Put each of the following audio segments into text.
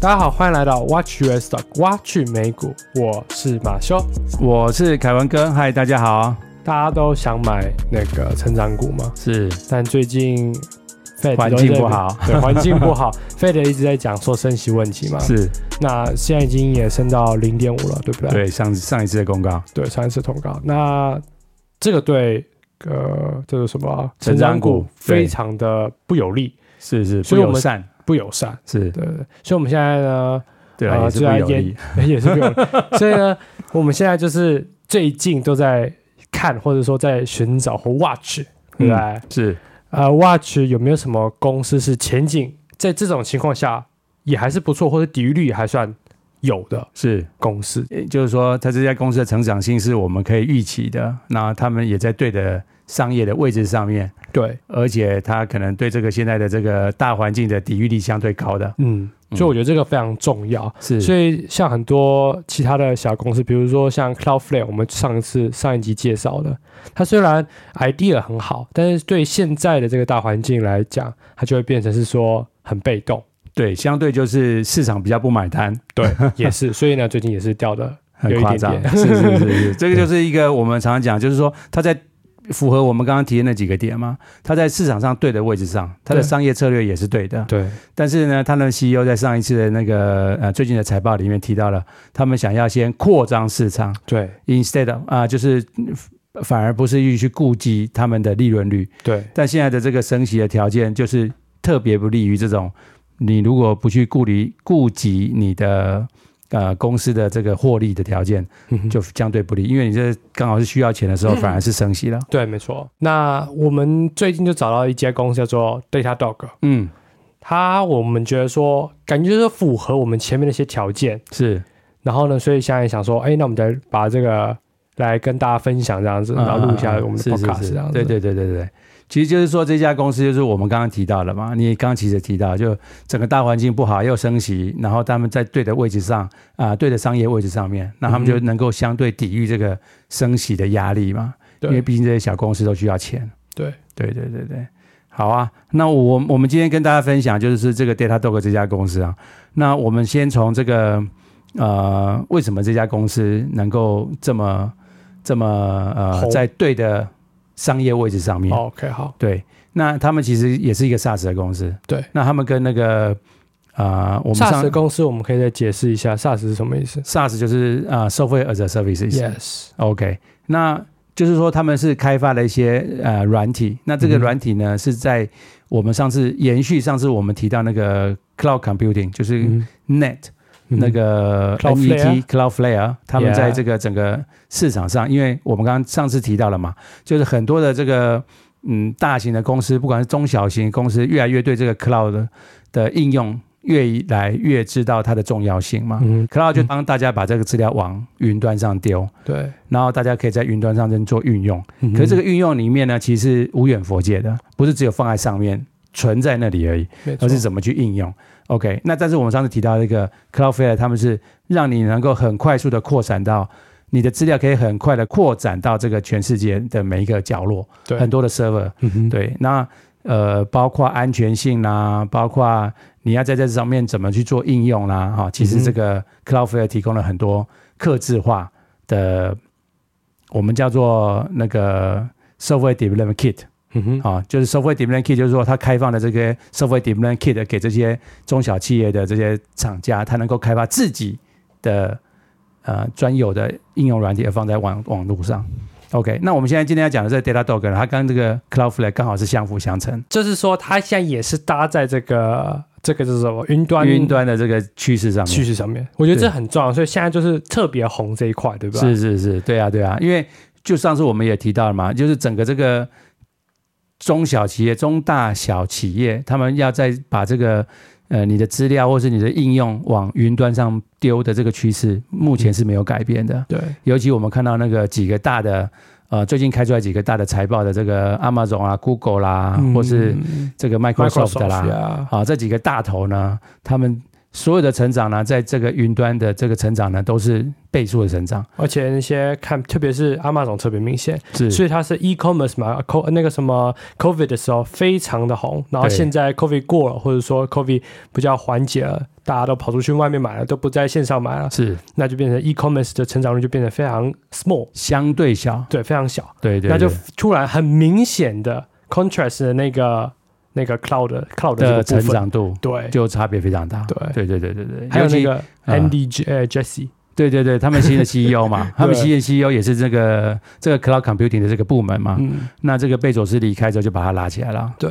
大家好，欢迎来到 Watch US Stock，挖去美股，我是马修。我是凯文哥，嗨，大家好，大家都想买那个成长股吗？是但最近 Fed 环都在境不好 对环境不 好，Fed 一直在讲说升息问题嘛。是，那现在已经也升到零点五了，对不对？对，上上一次的公告，对，上一次通告。那这个对呃，这个什么啊成长股非对常的不有利、是是所不以我友们善，不友善。是对对对，所以我们现在呢，对呃啊，也是就不在有研利， 也是没有。所以呢，我们现在就是最近都在看，或者说在寻找或 watch，对不对？是呃，watch 有没有什么公司是前景在这种情况下也还是不错，或者抵御率还算有的是，公司？也就是说，它这家公司的成长性是我们可以预期的，那他们也在对的商业的位置上面，对，而且它可能对这个现在的这个大环境的抵御力相对高的，嗯，所以我觉得这个非常重要。是所以像很多其他的小公司，比如说像 Cloudflare，我们上一次上一集介绍的，它虽然 idea 很好，但是对现在的这个大环境来讲，它就会变成是说很被 动，对，相对就是市场比较不买单，也是。所以呢，最近也是掉的，有很一夸点张点，是是是是， 这个就是一个我们常常讲，就是说它在符合我们刚刚提的那几个点嘛，它在市场上对的位置上，它的对商业策略也是对的。 对，但是呢，他们 CEO 在上一次的那个呃最近的财报里面提到了，他们想要先扩张市场对， ，instead of 啊、就是嗯反而不是去去顾及他们的利润率，对，但现在的这个升息的条件就是特别不利于这种，你如果不去顾虑顾及你的呃公司的这个获利的条件，就相对不利，因为你这刚好是需要钱的时候，反而是升息了。对，没错。那我们最近就找到一家公司叫做 DataDog，嗯，它我们觉得说，感觉就是符合我们前面那些条件。是然后呢，所以现在想说，哎，那我们再把这个来跟大家分享这样嗯子，然后录一下我们的是是 podcast 啊是这样子。对对对对对。其实就是说，这家公司就是我们刚刚提到了嘛，你刚刚其实提到，就整个大环境不好，又升息，然后他们在对的位置上啊、对的商业位置上面，那他们就嗯哼能够相对抵御这个升息的压力嘛。因为对毕竟这些小公司都需要钱。对对对对对，好啊。那我我们今天跟大家分享就是这个 DataDog 这家公司啊。那我们先从这个呃，为什么这家公司能够这么这么呃，红在对的商业位置上面？ o k 好，对，那他们其实也是一个 SaaS 的公司。对，那他们跟那个啊、呃，我们 SaaS 的上公司我们可以再解释一下 SaaS 是什么意思 SaaS 就是啊、呃、，Software as a Service 意思。 ？Yes， OK，那就是说他们是开发了一些呃软体，那这个嗯哼软体呢、是在我们上次延续上次我们提到那个 cloud computing，就是嗯 net、那个 Cloudflare NET Cloudflare，他们 Yeah 在这个整个市场上，因为我们刚刚上次提到了嘛，就是很多的这个嗯大型的公司，不管是中小型公司，越来越对这个 cloud 的的应用越来越知道它的重要性嘛。嗯， cloud 就帮大家把这个资料往云端上丢，对。然后大家可以在云端上面做运用。嗯可是这个运用里面呢，其实是无远佛界的，不是只有放在上面存在那里而已，没而错是怎么去应用。OK，那但是我们上次提到这个 Cloudflare，他们是让你能够很快速的扩展到你的资料，可以很快的扩展到这个全世界的每一个角落，对很多的 server。嗯哼对，那呃，包括安全性啦，包括你要在这上面怎么去做应用啦，哈、其嗯实哼这个 Cloudflare 提供了很多客制化的，我们叫做那个 Software Development Kit 嗯哼，啊，就是 Software Development Kit，就是说它开放的这个 Software Development Kit 给这些中小企业的这些厂家，它能够开发自己的呃专有的应用软体，而放在网网络上。OK，那我们现在今天要讲的这个 Datadog，呢它跟这个 Cloudflare 刚好是相辅相成，就是说它现在也是搭在这个这个就是什么云端云端的这个趋势上趋面。势上面，我觉得这对很重要，所以现在就是特别红这一块，对吧？是是是，对啊对啊，因为就上次我们也提到了嘛，就是整个这个中小企业、中大小企业，他们要在把这个呃你的资料或是你的应用往云端上丢的这个趋势，目前是没有改变的。对，尤其我们看到那个几个大的呃最近开出来几个大的财报的这个 Amazon 啊、Google 啦，或是嗯这个 Microsoft 啦，呀啊，这几个大头呢，他们所有的成长呢，在这个云端的这个成长呢，都是倍数的成长，而且那些看，特别是阿玛总特别明显，是所以它是 e-commerce 嘛，co 那个什么 COVID 的时候非常的红，然后对现在 COVID 过了，或者说 COVID 比较缓解了，大家都跑出去外面买了，都不在线上买了，是那就变成 e-commerce 的成长率就变得非常 small，相对小，对，非常小。对对，那就对突然很明显的 contrast 的那个那个 cloud cloud 的的这成个部分，长度对，就差别非常大。对对对对对对，还有尤那其个呃 Andy J- 呃 Jesse，对对对，他们新的 CEO 嘛，他 们对新的 CEO 也是这个这个 cloud computing 的这个部门嘛。嗯，那这个贝佐斯离开之后就把他拉起来了，对，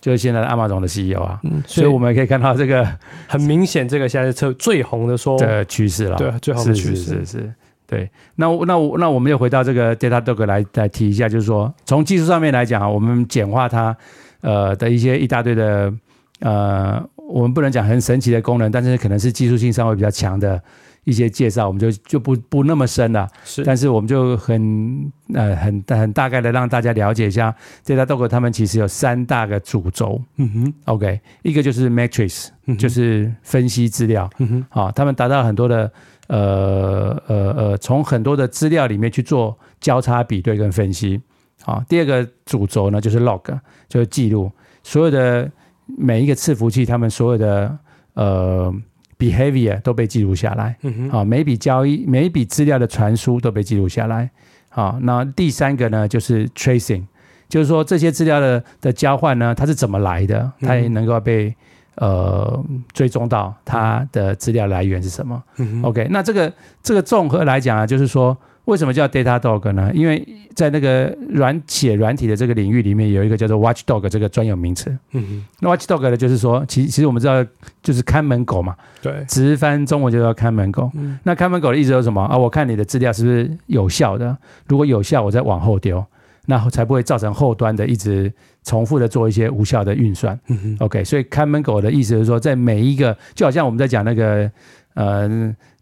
就是现在的 Amazon 的 CEO 啊。嗯，所所以以哦我我们可以看到这个很明显这个现在是最红的说，的趋势了。对，啊最红的是趋是势是，是，对。那我那我那我们又回到这个 Datadog 来来提一下，就是说从技术上面来讲啊，我们简化它呃的一些一大堆的呃，我们不能讲很神奇的功能，但是可能是技术性上会比较强的一些介绍，我们就就不不那么深了。是但是我们就很呃很很大概的让大家了解一下 Datadog 他们其实有三大个主轴。嗯哼， OK，一个就是 Matrix，嗯哼就是分析资料。嗯哼，啊、他们达到很多的呃呃呃，从很多的资料里面去做交叉比对跟分析。啊、第二个主轴呢就是 log，就是记录所有的每一个伺服器，他们所有的呃 behavior 都被记录下来。嗯哼，啊、每一笔交易、每一笔资料的传输都被记录下来。啊、那第三个呢就是 tracing，就是说这些资料的的交换呢，它是怎么来的，它也嗯能够被呃追踪到它的资料来源是什么。嗯哼 OK，那这个这个综合来讲啊，就是说为什么叫 Datadog 呢？因为在那个软写软体的这个领域里面，有一个叫做 Watchdog 这个专有名词。嗯那 Watchdog 呢，就是说，其其实我们知道就是看门狗嘛，哼，对，直翻中文就叫看门狗。嗯那看门狗的意思是什么啊？我看你的资料是不是有效的？如果有效，我再往后丢，那才不会造成后端的一直重复的做一些无效的运算。嗯哼， OK，所以看门狗的意思是说，在每一个就好像我们在讲那个呃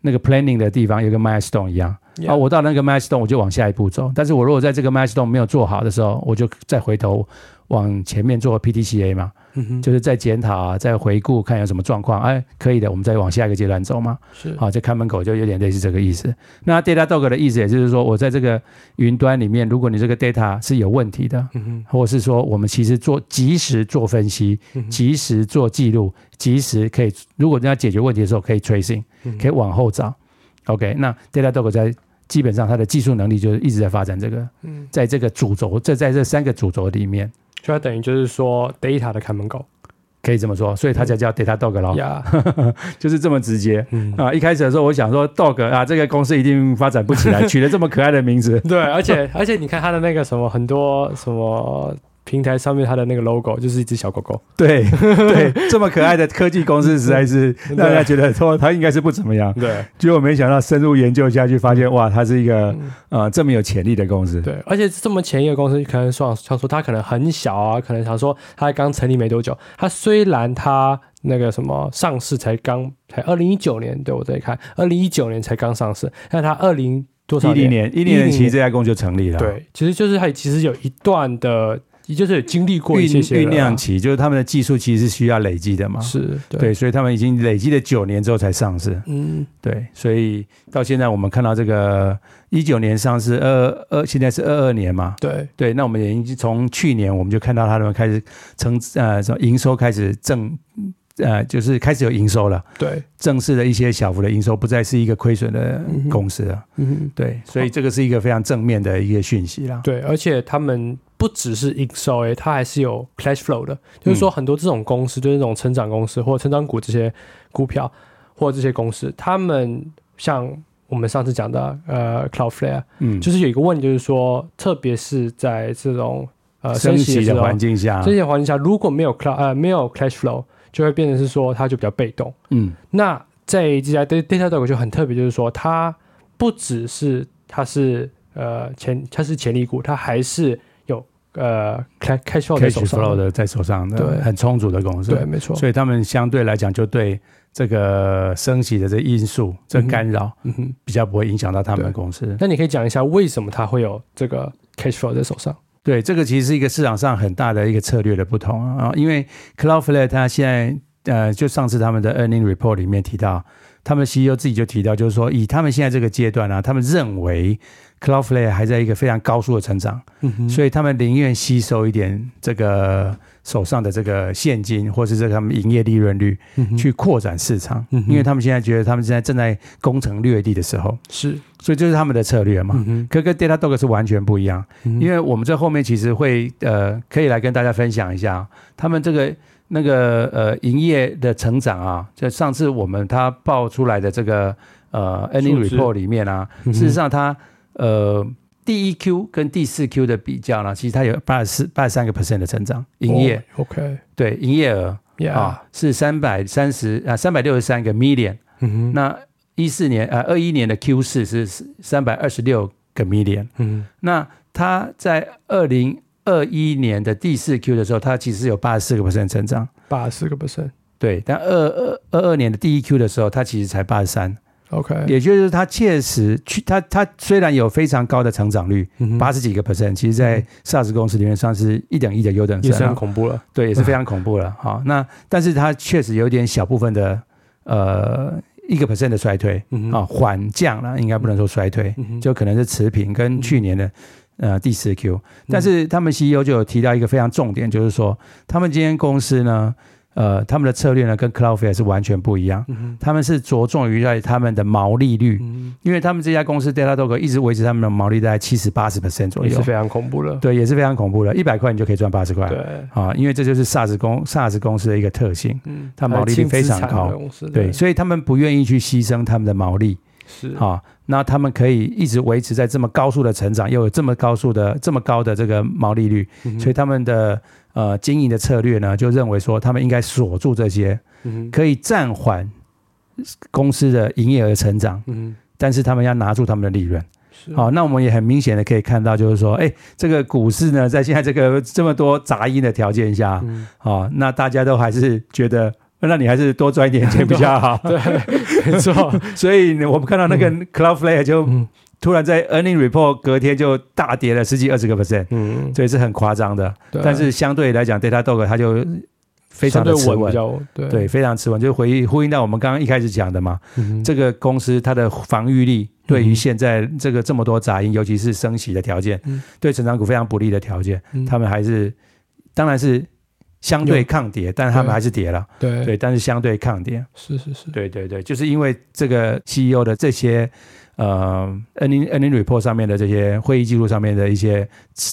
那个 planning 的地方有个 milestone 一样。 Yeah 啊，我到那个 milestone 我就往下一步走，但是我如果在这个 milestone 没有做好的时候，我就再回头往前面做 PDCA 嘛，嗯哼，就是在检讨啊，在回顾看有什么状况，哎，可以的，我们再往下一个阶段走嘛。是好，这哦看门狗就有点类似这个意思。那 data dog 的意思也就是说，我在这个云端里面，如果你这个 data 是有问题的，嗯哼，或者是说我们其实做及时做分析，嗯哼及时做记录，及时可以，如果你要解决问题的时候，可以 tracing，嗯哼可以往后找。OK，那 data dog 在基本上它的技术能力就是一直在发展这个，嗯，在这个主轴，这在这三个主轴里面就它等于就是说 data 的看门狗可以这么说，所以它才叫 data dog 咯， 呀，就是这么直接。嗯，啊，一开始的时候我想说 dog 啊，这个公司一定发展不起 来，取了这么可爱的名字。对，而 且而且你看它的那个什么很多什么平台上面它的那个 logo 就是一只小狗狗，对 对，这么可爱的科技公司实在 是对让人家觉得说它应该是不怎么样，对结果没想到深入研究下去，发现哇，它是一个呃这么有潜力的公司。对，而且这么前一个公司可能想想说它可能很小啊，可能想说它刚成立没多久，它虽然它那个什么上市才刚才二零一九年，对我在看二零一九年才刚上市，但它二零多一少零年？年，一零年其实这家公司就成立了，，对，其实就是它其实有一段的，也就是有经历过一些酝些酝了酿啊期，就是他们的技术其实是需要累积的嘛。是对对，所以他们已经累积了九年之后才上市。嗯对，所以到现在我们看到这个一九年上市，二二现在是二二年嘛，对对，那我们也已经从去年我们就看到他们开始成呃从营收开始正呃就是开始有营收了，对，正式的一些小幅的营收，不再是一个亏损的嗯哼公司了。嗯对，所以这个是一个非常正面的一个讯息啦。对，而且他们不只是营收，诶，它还是有 cash flow 的，就是嗯说很多这种公司，就是那种成长公司或成长股这些股票或这些公司，他们像。我们上次讲的呃，Cloudflare 嗯，就是有一个问题，就是说，特别是在这种呃升息的环境，境下，升息的环境下，如果没有 cloud 呃没有 cash flow，就会变成是说它就比较被动。嗯，那在这家 Dat- Datadog 就很特别，就是说它不只是它是呃潜它是潜力股，它还是有呃 cash cash flow 在 cash 手 flow 上。的在手上的，对很充足的公司，对，，没错。所以他们相对来讲就对这个升息的这因素、这嗯哼干扰嗯哼，比较不会影响到他们的对公司。那你可以讲一下为什么它会有这个 cash flow 在手上？对，这个其实是一个市场上很大的一个策略的不同啊，啊因为 Cloudflare 它现在呃，就上次他们的 earning report 里面提到，他们 CEO 自己就提到，就是说以他们现在这个阶段啊，他们认为 Cloudflare 还在一个非常高速的成长，嗯哼，所以他们宁愿吸收一点这个手上的这个现金，或是这个他们营业利润率以去扩展市场，嗯嗯哼因为他们现在觉得他们现在正在攻城略地的时候，是所以这是他们的策略嘛。嗯可跟 Datadog 是完全不一样，哼，因为我们这后面其实会呃，可以来跟大家分享一下啊他们这个那个呃营业的成长啊，就上次我们他报出来的这个呃 e a r n i n 数 g 字 report 里面啊，嗯哼事实上它呃第一 Q 跟第四 Q 的比较呢，其实它有八十四八十三个 percent 的成长，营业、哦，OK，对营业额呀，啊是三百三十啊三百六十三个 million，、嗯哼，那一四年啊二一年的 Q 四是三百二十六个 million。嗯那它在二零二一年的第四 Q 的时候，它其实有八十四个 percent 成长，八十个 percent，OK，对。但二二二二年的第一 Q 的时候，它其实才八十三，也就是它确实去它它虽然有非常高的成长率，八十十几个 percent，其实在 SaaS 公司里面算是一等一的优等嗯也是很生啊，恐怖了，对， 也是非常恐怖了。好，那但是它确实有一点小部分的呃一个 percent 的衰退嗯哼啊，，缓降了，应该不能说衰退。嗯哼就可能是持平，跟嗯去年的呃第四 Q。但是他们 CEO 就有提到一个非常重点，就是说他们今天公司呢，呃，他们的策略呢跟 Cloudflare 是完全不一样，嗯哼他们是着重于在他们的毛利率，嗯因为他们这家公司 Datadog 一直维持他们的毛利大概七十八十 percent 左哼，也是右，非常恐怖了，对，也是非常恐怖的，一百块你就可以赚八十块对，啊，因为这就是 SaaS 公 SaaS 公司的一个特性。嗯，它毛利率非常轻资产高的公司，对，所以他们不愿意去牺牲他们的毛利，是，啊、那他们可以一直维持在这么高速的成长，又有这么高速的这么高的这个毛利率，嗯哼所以他们的呃经营的策略呢，就认为说他们应该锁住这些嗯哼可以暂缓公司的营业额成长，嗯但是他们要拿住他们的利润。哼，是，好、那我们也很明显的可以看到，就是说，哎，这个股市呢，在现在这个这么多杂音的条件下，啊、嗯，那大家都还是觉得。呃那你还是多赚一点钱比较好。 对，没错， 所以呢我们看到那个 Cloudflare 就嗯突然在 earning report 隔天就大跌了十几二十个 percent，嗯，所以是很夸张的。对啊但是相对来讲，Datadog 它就非常的相持对稳比稳，较稳，对对，，非常持稳，就回呼应到我们刚刚一开始讲的嘛，嗯哼这个公司它的防御力对于现在这个这么多杂音，尤其是升息的条件嗯，对成长股非常不利的条件，嗯他们还是当然是相对有抗跌，但他们对还是跌了，对对，但是相对抗跌。是是是，对对对，就是因为这个 CEO 的这些呃 earning earning report 上面的这些会议记录上面的一些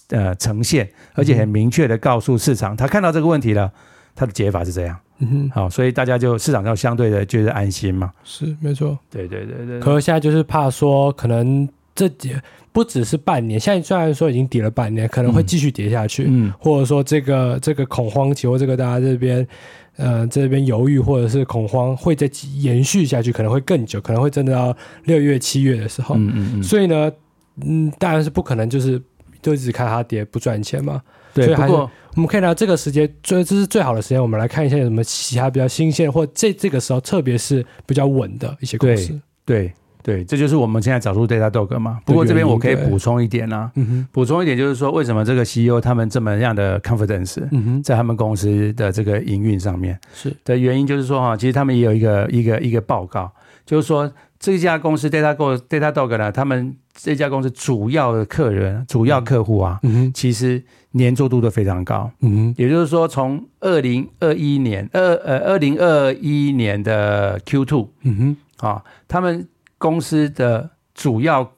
呃呈现，而且很明确的告诉市场，他看到这个问题了，他的解法是这样。嗯哼，好，所以大家就市场上相对的觉得安心嘛。是没错。对对对对可是现在就是怕说，可能这几不只是半年，现在虽然说已经跌了半年，可能会嗯继续跌下去，嗯或者说这个这个恐慌期或这个大家这边，呃，这边犹豫或者是恐慌会再继延续下去，可能会更久，可能会真的到六月七月的时候。嗯嗯嗯，所以呢，嗯，当然是不可能就是就只看它跌不赚钱嘛。所对，以不还是过我们可以拿这个时间，最这是最好的时间，我们来看一下有什么其他比较新鲜或这这个时候特别是比较稳的一些公司。对对，这就是我们现在找出 Datadog 嘛。不过这边我可以补充一点啦、嗯哼，补充一点就是说，为什么这个 CEO 他们这么样的 confidence 嗯哼，在他们公司的这个营运上面？是，的原因就是说哈，其实他们也有一个一个一个报告，就是说这家公司 DataGo DataDog 呢，他们这家公司主要的客人、主要客户啊，嗯哼，其实粘着度都非常高。嗯也就是说，从二零二一年二呃二零二一年的 Q two 哼，嗯哼，啊，他们公司的主要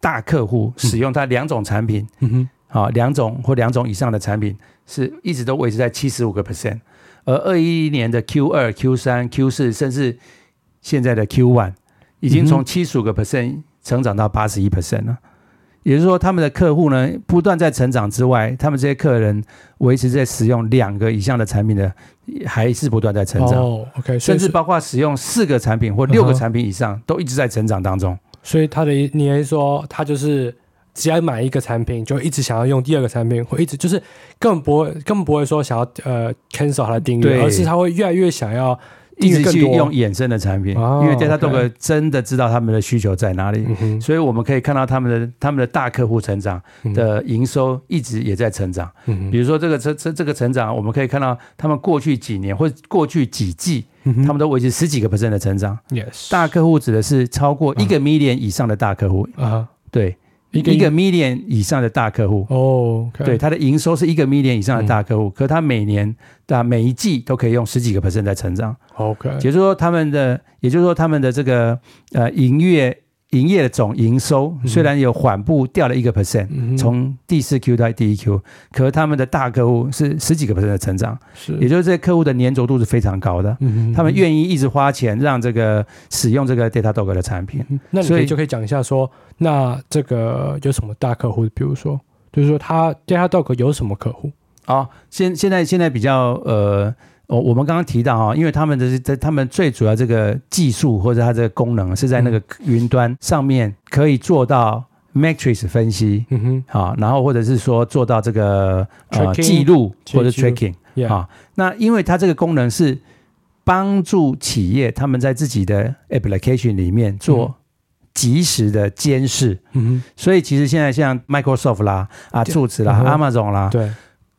大客户使用它两种产品嗯哼，啊，两种或两种以上的产品是一直都维持在七十五个 percent，而二一年的 Q 二、Q 三、Q 四，甚至现在的 Q one，已经嗯从哼七十五个 percent 成长到八十一 percent 了。也就是说，他们的客户呢，不断在成长之外，他们这些客人维持在使用两个以上的产品的，还是不断在成长，哦，OK，所甚以至是包括使用四个产品或六个嗯哼产品以上，都一直在成长当中。所以他的意你还说他就是只要买一个产品，就一直想要用第二个产品，会一直就是根本不会根本不会说想要呃 cancel 他的订对阅，而是他会越来越想要一直订阅去更多用衍生的产品，哦因为 Data Dog OK 真的知道他们的需求在哪里，嗯哼所以我们可以看到他们的他们的大客户成长嗯的营收一直也在成长。嗯比如说这个这这这个成长，我们可以看到他们过去几年或过去几季，哼，他们都维持十几个 percent 的成长。 yes 大客户指的是超过一个 million 以上的大客户，啊对，嗯一个一个 million 以上的大客户。哦，OK，对，它的营收是一个 million 以上的大客户，可它每年的每一季都可以用十几个 percent 在成长， ，OK，也就是说他们的，也就是说他们的这个呃营业营业的总营收嗯虽然有缓步掉了一个 percent，嗯哼从第四 Q 到第一 Q，可他们的大客户是十几个 percent 的成长，是，也就是这些客户的粘着度是非常高的，嗯哼他们愿意一直花钱让这个使用这个 Datadog 的产品。嗯那你所可以以就可以讲一下说，那这个有什么大客户？比如说，就是说他 Datadog 有什么客户？哦，现现在现在比较呃，我我们刚刚提到哈、因为他们的这他们最主要这个技术或者它这个功能是在那个嗯云端上面可以做到 matrix 分析嗯哼啊、然后或者是说做到这个呃 Tracking，记录或者记录 tracking，Yeah，啊、那因为它这个功能是帮助企业他们在自己的 application 里面做嗯及时的监视，嗯所以其实现在像 Microsoft 啦、啊对柱子啦、嗯 Amazon 啦哼，。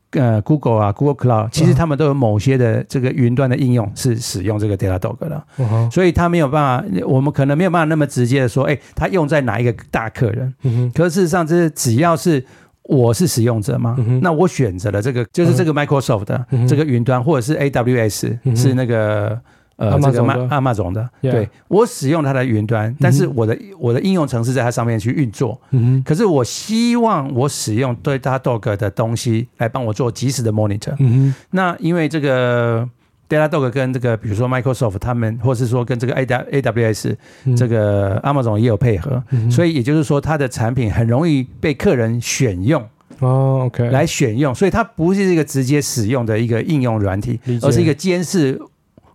对，呃 Google 啊 Google Cloud，其实嗯他们都有某些的这个云端的应用是使用这个 Datadog 的，嗯哼所以他没有办法，我们可能没有办法那么直接的说，哎，他用在哪一个大客人？嗯哼，可是事实上，这是只要是我是使用者嘛，嗯哼那我选择了这个就是这个 Microsoft 的、嗯哼这个云端，或者是 AWS、嗯哼是那个。呃， Amazon 这个的阿玛总的， Yeah 对我使用它的云端，但是我的、我的应用程式在它上面去运作，嗯哼，可是我希望我使用 Datadog 的东西来帮我做及时的 monitor。嗯哼，那因为这个 Datadog 跟这个比如说 Microsoft 他们，或是说跟这个 A A W S 嗯这，个 Amazon 也有配合，所以也就是说它的产品很容易被客人选用，以哦，OK，，来选用，所以它不是一个直接使用的一个应用软体理，解而是一个监视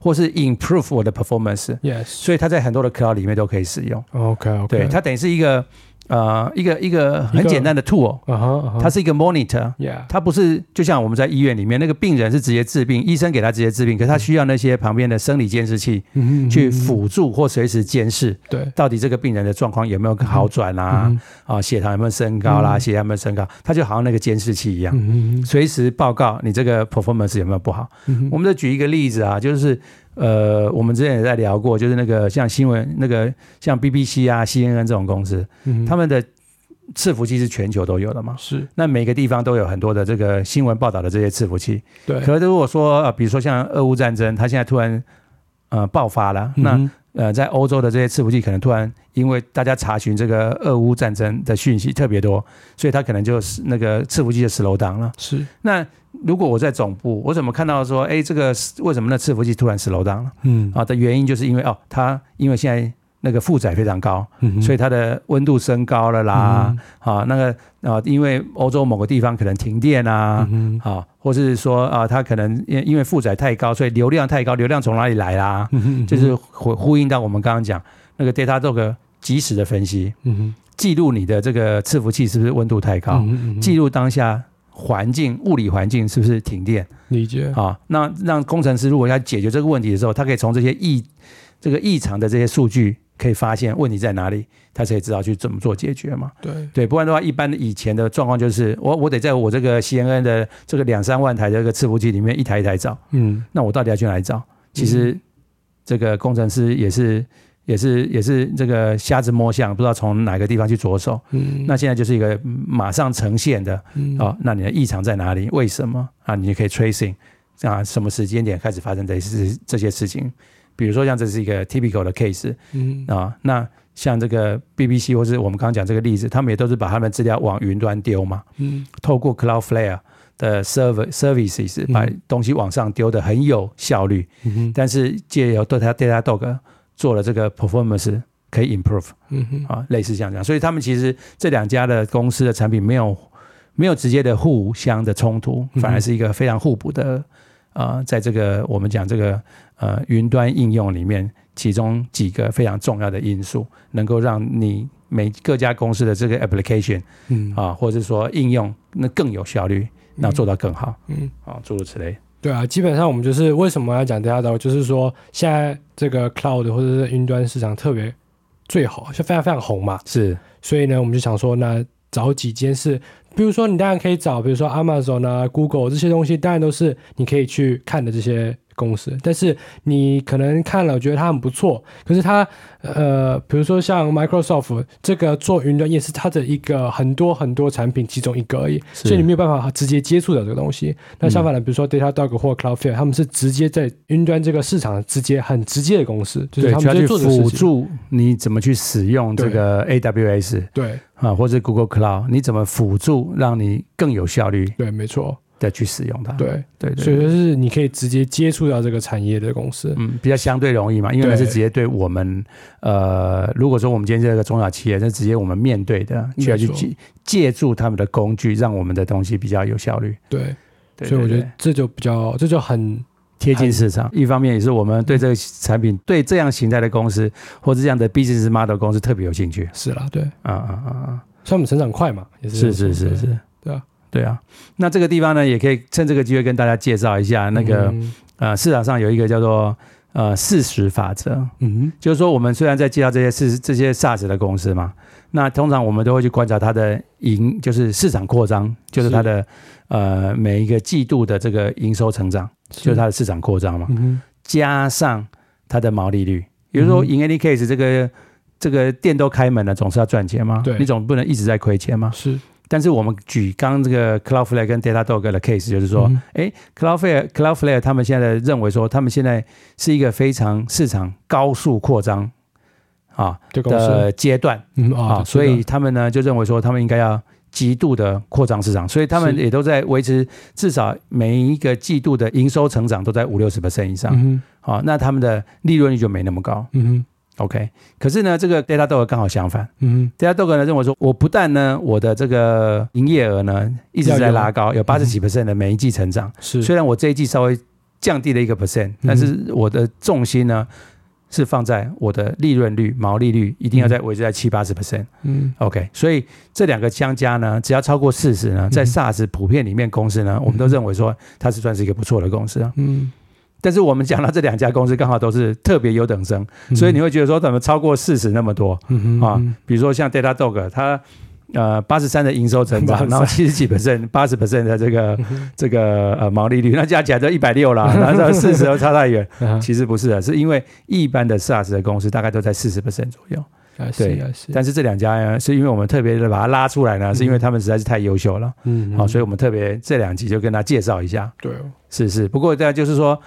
或是 improve 我的 performance。 ，Yes，所以它在很多的 cloud 里面都可以使用。 OK，OK，对，它等于是一个呃一个一个很一个简单的 tool。啊哈啊哈，它是一个 monitor， Yeah，它不是就像我们在医院里面那个病人是直接治病，医生给他直接治病，可是他需要那些旁边的生理监视器嗯哼去，辅助或随时监视。对，到底这个病人的状况有没有好转啊？嗯啊，血糖有没有升高啦、嗯血压有没有升高？它就好像那个监视器一样，嗯哼随时报告你这个 performance 有没有不好。嗯哼，我们再举一个例子啊，就是呃，我们之前也在聊过，就是那个像新闻那个像 BBC 啊、CNN 这种公司，们他们的伺服器是全球都有的嘛？嗯是那每个地方都有很多的这个新闻报道的这些伺服器。对，可是如果说呃，比如说像俄乌战争，它现在突然呃爆发了，嗯那哼呃在欧洲的这些伺服器可能突然因为大家查询这个俄乌战争的讯息特别多，所以它可能就是那个伺服器就 slow down 了。是，那如果我在总部，我怎么看到说，哎，这个为什么那伺服器突然 slow down 了嗯啊？的原因就是因为哦，它因为现在那个负载非常高，嗯哼嗯所以它的温度升高了啦。，啊，那个啊，因为欧洲某个地方可能停电啊，嗯哼啊，或是说啊，它可能因因为负载太高，所以流量太高，流量从哪里来啦？嗯哼，就是呼呼应到我们刚刚讲那个 Datadog 及时的分析，嗯记录你的这个伺服器是不是温度太哼，高，嗯哼啊记录当下环境物理环境是不是停电理解，啊？那让工程师如果要解决这个问题的时候，他可以从这些异这个异常的这些数据可以发现问题在哪里，他才知道去怎么做解决嘛。对，对，不然的话，一般以前的状况就是，我我得在我这个 CNN 的这个两三万台的这个伺服器里面一台一台找，嗯那我到底要去哪里找？其实这个工程师也是也是也是这个瞎子摸象，不知道从哪个地方去着手。嗯，那现在就是一个嗯马上呈现的嗯啊、哦，那你的异常在哪里？为什么啊？你就可以 tracing 啊，什么时间点开始发生这些这些事情？比如说像这是一个 typical 的 case，嗯啊，那像这个 BBC 或是我们刚刚讲这个例子，他们也都是把他们资料往云端丢嘛，嗯透过 Cloudflare 的 server services 嗯把东西往上丢的很有效率，嗯哼但是借由 Data Datadog 做了这个 performance 可以 improve 嗯哼啊，类似像这样，所以他们其实这两家的公司的产品没有没有直接的互相的冲突，嗯哼反而是一个非常互补的。啊、在这个我们讲这个呃云端应用里面，其中几个非常重要的因素，能够让你每各家公司的这个 application 啊嗯啊、或者说应用那更有效率，那做到更好嗯啊，诸如此类。对啊，基本上我们就是为什么要讲 Datadog，就是说现在这个 cloud 或者是云端市场特别最好，就非常非常红嘛。是所以呢，我们就想说，那找几间是，比如说你当然可以找，比如说 Amazon 啊、Google 这些东西，当然都是你可以去看的这些公司。但是你可能看了，觉得它很不错，可是它呃，比如说像 Microsoft 这个做云端也是它的一个很多很多产品其中一个而已，是所以你没有办法直接接触到这个东西。那相嗯反的，比如说 Datadog 或 Cloudflare，他们是直接在云端这个市场直接很直接的公司，就是对，他就们要就去做的事辅情。助你怎么去使用这个 AWS 对啊，或者 Google Cloud，你怎么辅助让你更有效率对，没错，的去使用它？对。啊对所以对，就是你可以直接接触到这个产业的公司。嗯，比较相对容易嘛，因为对那是直接对我们呃，如果说我们今天这个中小企业，那直接我们面对的，没错就要去借借助他们的工具，让我们的东西比较有效率。对，对所以我觉对得这就比较，这就很贴近市场，一方面也是我们对这个产品、对这样形态的公司或者这样的 business model 公司特别有兴趣。是啦，对。啊啊啊啊！所以我们成长快嘛，也是是是是对是，对啊，对啊。那这个地方呢，也可以趁这个机会跟大家介绍一下那个、嗯呃市场上有一个叫做呃事实法则，嗯就是说我们虽然在介绍这些事这些 SaaS 的公司嘛，那通常我们都会去观察它的营，就是市场扩张，就是它的呃每一个季度的这个营收成长，就是它的市场扩张嘛。嗯哼加上它的毛利率。比如说嗯，in any case，这个这个店都开门了，总是要赚钱嘛，对你总不能一直在亏钱嘛。是但是我们举刚刚这个 Cloudflare 跟 Datadog 的 case，就是说，嗯哎、c l o u d f l a r e Cloudflare 他们现在认为说，他们现在是一个非常市场高速扩张啊这公司的阶段嗯啊，啊，所这以个他们呢就认为说，他们应该要极度的扩张市场，所以他们是也都在维持至少每一个季度的营收成长都在五六十 percent 以上。嗯哼好、那他们的利润率就没那么高。嗯哼 OK，可是呢，这个 Datadog 刚好相反嗯，Datadog 呢认为说，我不但呢我的这个营业额呢一直在拉高，有八十几 percent 的每一季成长，哼是嗯虽然我这一季稍微降低了一个 percent，但是我的重心呢是放在我的利润率、毛利率一定要在维持在七八十 percent。嗯 OK，所以这两个相加呢，只要超过四十呢，在嗯 SaaS 普遍里面公司呢，我们都认为说它是算是一个不错的公司啊。嗯，但是我们讲到这两家公司刚好都是特别优等生，所以你会会觉得说怎么超过四十那么多？嗯啊比如说像 Datadog，它呃八十三的营收成长， 83然后七十几 percent、八十 percent 的这个这个呃毛利率，那加起来就一百六啦，然后四十都差太远。啊其实不是的，啊是因为一般的 SaaS 的公司大概都在四十 percent 左右，对对是，但是这两家呢，是因为我们特别的把它拉出来呢，是因为他们实在是太优秀了，啊嗯好，所以以我们特别这两集就跟大家介绍一下。对哦是是，不过大家就是说，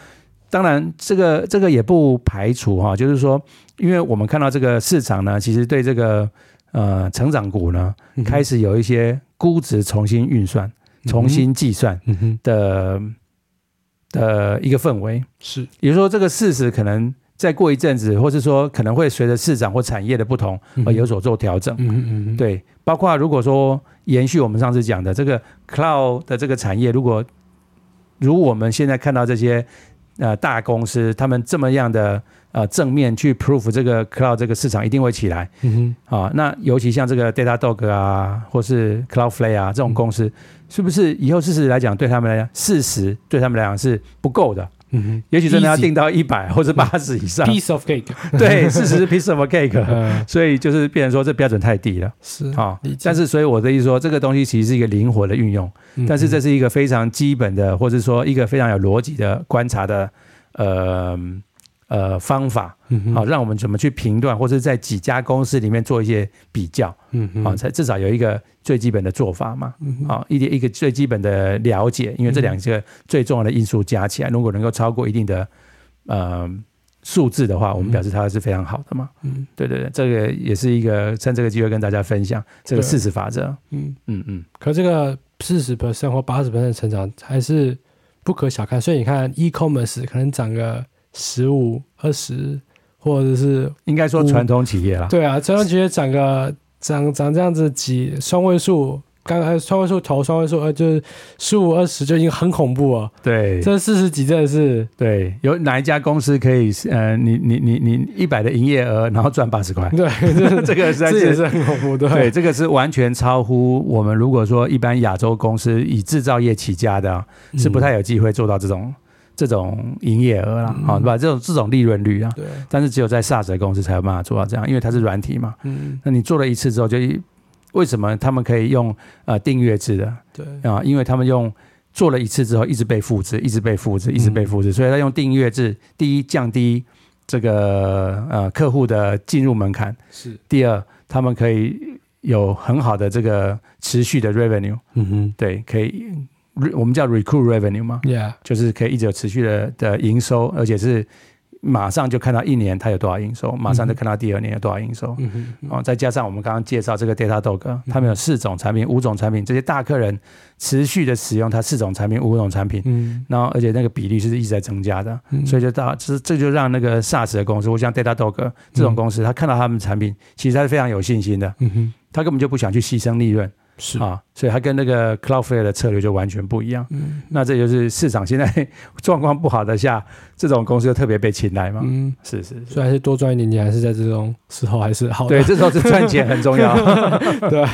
当然这个这个也不排除哈、就是说，因为我们看到这个市场呢，其实对这个呃成长股呢，嗯哼开始有一些估值重新运算、重新计算嗯哼的的一个氛围，是也就是说，这个事实可能。再过一阵子，或是说可能会随着市场或产业的不同而呃有所做调整。嗯哼嗯哼对，包括如果说延续我们上次讲的这个 cloud 的这个产业，如果如我们现在看到这些呃大公司他们这么样的呃正面去 proof 这个 cloud 这个市场一定会起来嗯哼啊，那尤其像这个 Datadog 啊，或是 Cloudflare 啊这嗯种公司，是不是以后事实来讲对他们来讲，事实对他们来讲是不够的？嗯哼也许真的要 Easy 定到一百或者八十以上， piece of cake，对，事实是 piece of cake，嗯所以就是变成说这标准太低了。是啊、嗯理解但是所以我的意思说，这个东西其实是一个灵活的运用，嗯但是这嗯是一个非常基本的，或者说一个非常有逻辑的观察的，呃呃方法，嗯哼好、让我们怎么去评断，或者在几家公司里面做一些比较，嗯哼啊、才至少有一个最基本的做法嘛，嗯哼啊、一点一个最基本的了解，因为嗯这两个最重要的因素加起来，如果能够超过一定的呃数字的话，我们表示它是非常好的嘛。嗯对对对，这个也是一个趁这个机会跟大家分享这个对事实法则。嗯。嗯嗯，可这个四十 percent 或八十 percent 成长还是不可小看，所以你看 e-commerce 可能涨个十五、二十，或者是应该说传统企业啦，对啊，中央企业涨个涨涨这样子几双位数，刚才双位数头双位数呃就是十五二十就已经很恐怖了，对这四十几真的是，对，有哪一家公司可以呃，你你你你一百的营业额，然后赚八十块 对，这这个实在这也是。是很恐怖，对对，这个是完全超乎我嗯们。如果说一般亚洲公司以制造业起家的啊，是不太有机会做到这种这种营业额啦，嗯好、对吧？这种这种利润率啊，对，但是只有在 SaaS 的公司才有办法做到这样，因为它是软体嘛。嗯，那你做了一次之后就一，为什么他们可以用呃订阅制的对，啊？因为他们用做了一次之后，一直被复制，一直被复制，一直被复制，所以他用订阅制，第一降低这个呃客户的进入门槛，是，第二他们可以有很好的这个持续的 revenue，嗯哼对，可以我们叫 recruit revenue 嘛， ，Yeah，就是可以一直有持续的的营收，而且是马上就看到一年它有多少营收，马上就看到第二年有多少营收。嗯哼嗯哦，再加上我们刚刚介绍这个 Data Dog，他们有四种产品、五种产品，这些大客人持续的使用它四种产品、五种产品，嗯然后而且那个比例是一直在增加的，嗯，所以就到这这就让那个 SaaS 的公司，我像 Data Dog 这种公司，他看到他们产品，其实他是非常有信心的，嗯哼，他根本就不想去牺牲利润是，啊，所以他跟那个 Cloudflare 的策略就完全不一样。嗯那这就是市场现在 状况不好的下，这种公司就特别被青睐嘛。嗯。是是是，所以还是多赚一点钱，还是在这种时候还是好对，的。这时候是赚钱很 重要。对，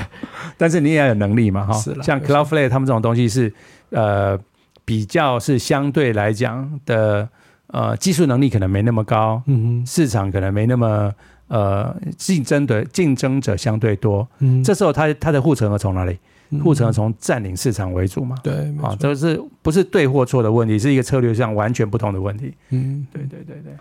但是你也要有能力嘛，哈。是啦像没错 Cloudflare 他们这种东西是，呃，比较是相对来讲的，呃，技术能力可能没那么高，嗯哼市场可能没那么，呃，竞争的竞争者相对多。嗯这时候它它的护城河从哪里？护城河成从占领市场为主嘛。对，嗯没啊，错，这是不是对或错的问题？是一个策略上完全不同的问题。嗯，对对对对，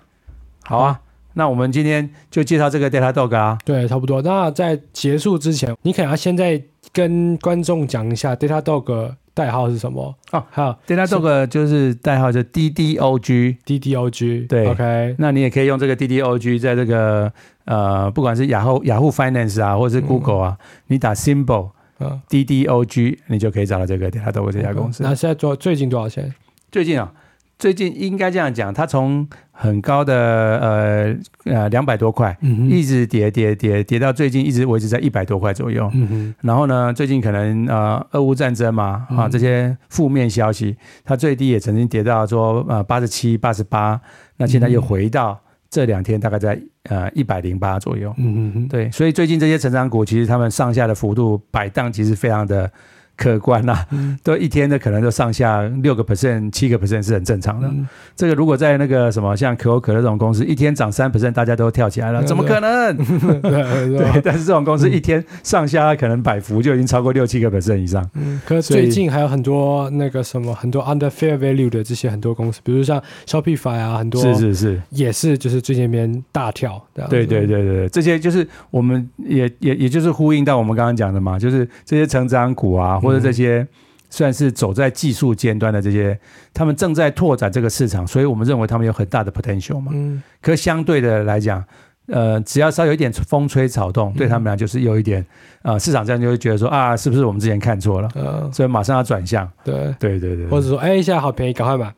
好啊，那我们今天就介绍这个 Data Dog 啊。对，差不多。那在结束之前，你可能要现在跟观众讲一下 Data Dog 代号是什么哦还有 Data Dog 就是代号就 DDOG， DDOG，对，OK，那你也可以用这个 DDOG 在这个呃，不管是雅虎雅虎 Finance 啊，或者是 Google 啊，你打 symbol 嗯， DDOG，你就可以找到这个 Data Dog 这家公司。那现在多最近多少钱？最近啊，最近应该这样讲，它从很高的呃呃两百多块，嗯一直跌跌跌跌到最近一直维持在一百多块左右。嗯哼，然后呢，最近可能呃，俄乌战争嘛，啊，嗯这些负面消息，它最低也曾经跌到说呃八十七、八十八，那现在又回到这两天大概在呃一百零八左右。嗯哼，对，所以最近这些成长股其实他们上下的幅度摆荡其实非常的可观呐、嗯都一天的可能都上下六个 percent、七个 percent 是很正常的。嗯，这个如果在那个什么像可口可乐这种公司，一天涨三 percent，大家都跳起来了，对怎么可能？对 对啊嗯对，吧但是这种公司一天上下可能百幅就已经超过六七个 percent 以上。嗯，可是所以最近还有很多那个什么，很多 under fair value 的这些很多公司，比如像 Shopify 啊，很多是是是，也是就是最近那边大跳，这样子对对，对对对，这些就是我们也也也就是呼应到我们刚刚讲的嘛，就是这些成长股啊，嗯或者这些算是走在技术尖端的这些，他们正在拓展这个市场，所以我们认为他们有很大的 potential 嘛。嗯。可相对的来讲，呃，只要稍有一点风吹草动，对他嗯们俩就是有一点，呃，市场上就会觉得说啊，是不是我们之前看错了，嗯，所以马上要转向。对，对对对，对或者说，哎、现在好便宜，赶快买。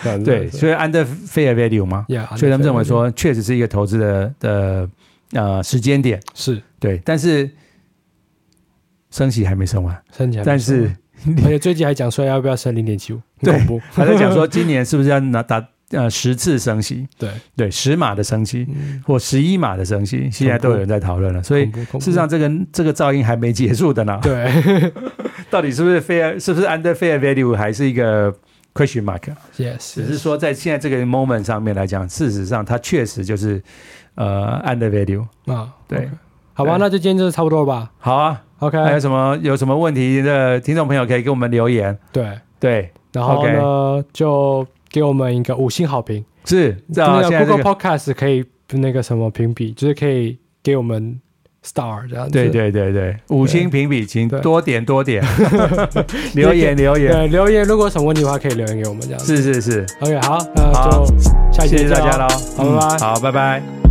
这样子 对，所以 under fair value 嘛， Yeah，所以他们认为说，确实是一个投资的的呃时间点，是对。但是升息还没升完，升起来没错，但 是而且最近还讲说要不要升零点七五，很 对恐怖。还在讲说今年是不是要拿打呃十次升息， 对，对，十码的升息嗯或十一码的升息，现在都有人在讨论了。所以恐怖恐怖事实上，这个这个噪音还没结束的呢，对 到底是不是 fair 是不是 under fair value 还是一个 question mark？ ，yes，只是说在现在这个 moment 上面来讲，事实上它确实就是呃 under value。啊，对 OK，好哎吧，对那就今天就是差不多了吧好啊， ？OK，还有什么有什么问题的听众朋友可以给我们留言。对，对，然后呢，就给我们一个五星好评。是，这那啊，现在个这 Google 个， Podcast 可以那个什么评比，就是可以给我们 star 这样子。对对对对，五星评比，请对多点 多点，留言留言，对，留言如果有什么问题的话，可以留言给我们这样子。是是是， OK，好，那好就下期谢见谢大家喽喽，啊好拜拜嗯好，拜拜。